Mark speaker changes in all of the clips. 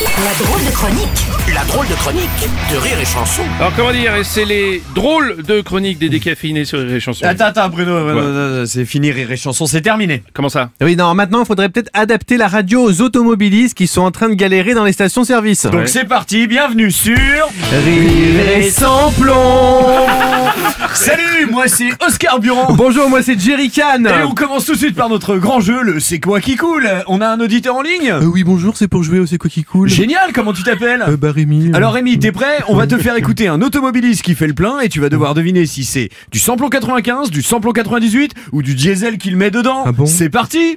Speaker 1: La drôle de chronique.
Speaker 2: La drôle de chronique de Rire et Chanson.
Speaker 3: Alors comment dire, et c'est les drôles de chroniques des décaféinés sur les chansons.
Speaker 4: Attends, attends, Bruno, Bruno, euh, c'est fini, Rire et Chanson, c'est terminé.
Speaker 3: Comment ça
Speaker 5: Oui, non, maintenant, il faudrait peut-être adapter la radio aux automobilistes qui sont en train de galérer dans les stations-service.
Speaker 4: Donc c'est parti, bienvenue sur...
Speaker 5: Rire et sans plomb
Speaker 4: Salut, moi c'est Oscar Buron
Speaker 5: Bonjour, moi c'est Jerry Can
Speaker 4: Et on commence tout de suite par notre grand jeu, le C'est quoi qui coule On a un auditeur en ligne
Speaker 5: Euh, Oui, bonjour, c'est pour jouer au C'est quoi qui coule
Speaker 4: Génial, comment tu t'appelles
Speaker 5: bah Rémi.
Speaker 4: Alors Rémi, t'es prêt On va te faire écouter un automobiliste qui fait le plein et tu vas devoir deviner si c'est du samplon 95, du samplon 98 ou du diesel qu'il met dedans.
Speaker 5: Ah bon
Speaker 4: c'est parti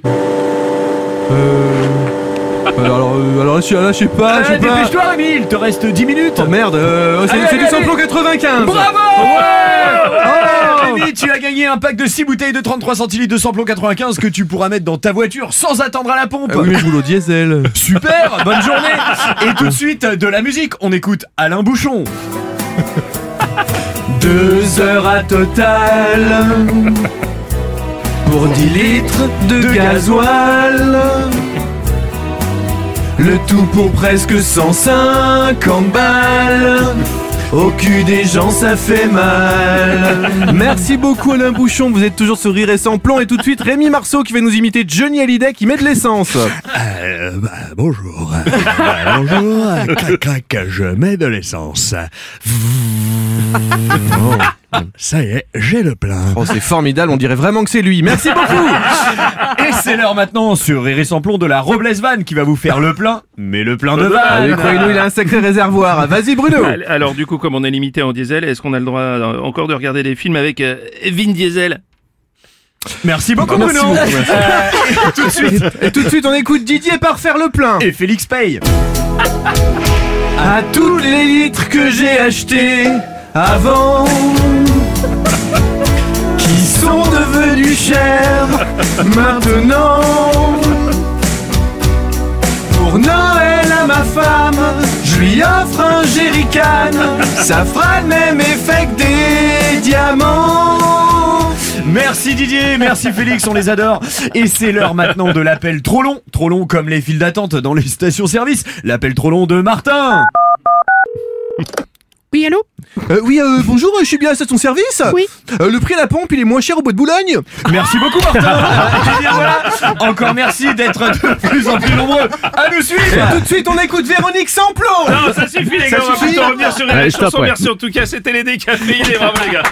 Speaker 5: alors, euh, alors, je- là, je sais pas,
Speaker 4: Ah,
Speaker 5: je sais pas.
Speaker 4: Dépêche-toi Rémi, il te reste 10 minutes
Speaker 5: Oh merde, euh, c'est
Speaker 4: Allez,
Speaker 5: c'est
Speaker 4: allez,
Speaker 5: du samplon 95
Speaker 4: Bravo Oh,
Speaker 5: Oh.
Speaker 4: Rémi, tu as gagné un pack de 6 bouteilles de 33 centilitres de samplon 95 que tu pourras mettre dans ta voiture sans attendre à la pompe.
Speaker 5: Ah oui, mais je roule au diesel.
Speaker 4: Super, bonne journée Et tout de suite, de la musique, on écoute Alain Bouchon. Deux heures à total
Speaker 5: Pour 10 litres
Speaker 4: de gasoil.
Speaker 5: Le tout pour presque 150 balles. Au cul des gens, ça fait mal. Merci beaucoup, Alain Bouchon. Vous êtes toujours sur Rire et sans plomb. Et tout de suite, Rémi Marceau qui va nous imiter Johnny Hallyday qui met de l'essence.
Speaker 6: Euh, bah, bonjour. Euh, bah, bonjour. Euh, Clac, clac, je mets de l'essence. Oh, Ça y est, j'ai le plein.
Speaker 5: Oh, c'est formidable. On dirait vraiment que c'est lui. Merci beaucoup.
Speaker 4: Et c'est l'heure maintenant sur Rire et sans plomb de la Robles Van qui va vous faire le plein, mais le plein de
Speaker 5: Allez,
Speaker 4: vannes
Speaker 5: croyez-nous, il a un sacré réservoir. Vas-y, Bruno.
Speaker 3: Al- Alors du coup, comme on est limité en diesel, est-ce qu'on a le droit euh, encore de regarder des films avec euh, Vin Diesel
Speaker 4: Merci beaucoup
Speaker 5: Merci
Speaker 4: Bruno
Speaker 5: beaucoup.
Speaker 4: Euh, et tout de suite,
Speaker 5: Et tout de suite, on écoute Didier par faire le plein.
Speaker 4: et Félix Paye
Speaker 5: À tous les litres que j'ai achetés avant, qui sont devenus chers maintenant. Pour Noël à ma femme, je lui offre un jerrycan. Ça fera le même effet que des diamants.
Speaker 4: Merci Didier, merci Félix, on les adore. Et c'est l'heure maintenant de l'appel trop long, trop long comme les files d'attente dans les stations-service. L'appel trop long de Martin.
Speaker 7: Oui, allô
Speaker 5: Euh, oui, bonjour, je suis bien à son service Euh,
Speaker 7: Oui.
Speaker 5: le prix à la pompe, il est moins cher au bois de Boulogne
Speaker 4: Merci beaucoup Martin. Et bien voilà, encore merci d'être de plus en plus nombreux à nous suivre.
Speaker 5: Tout de suite, on écoute Véronique Samplon
Speaker 3: Non, Oh, ça suffit les
Speaker 5: Ça
Speaker 3: gars, on va
Speaker 5: suffit
Speaker 3: plutôt revenir sur les
Speaker 5: Allez,
Speaker 3: chansons.
Speaker 5: stop, ouais.
Speaker 3: Merci en tout cas, c'était les décaféinés, bravo les gars.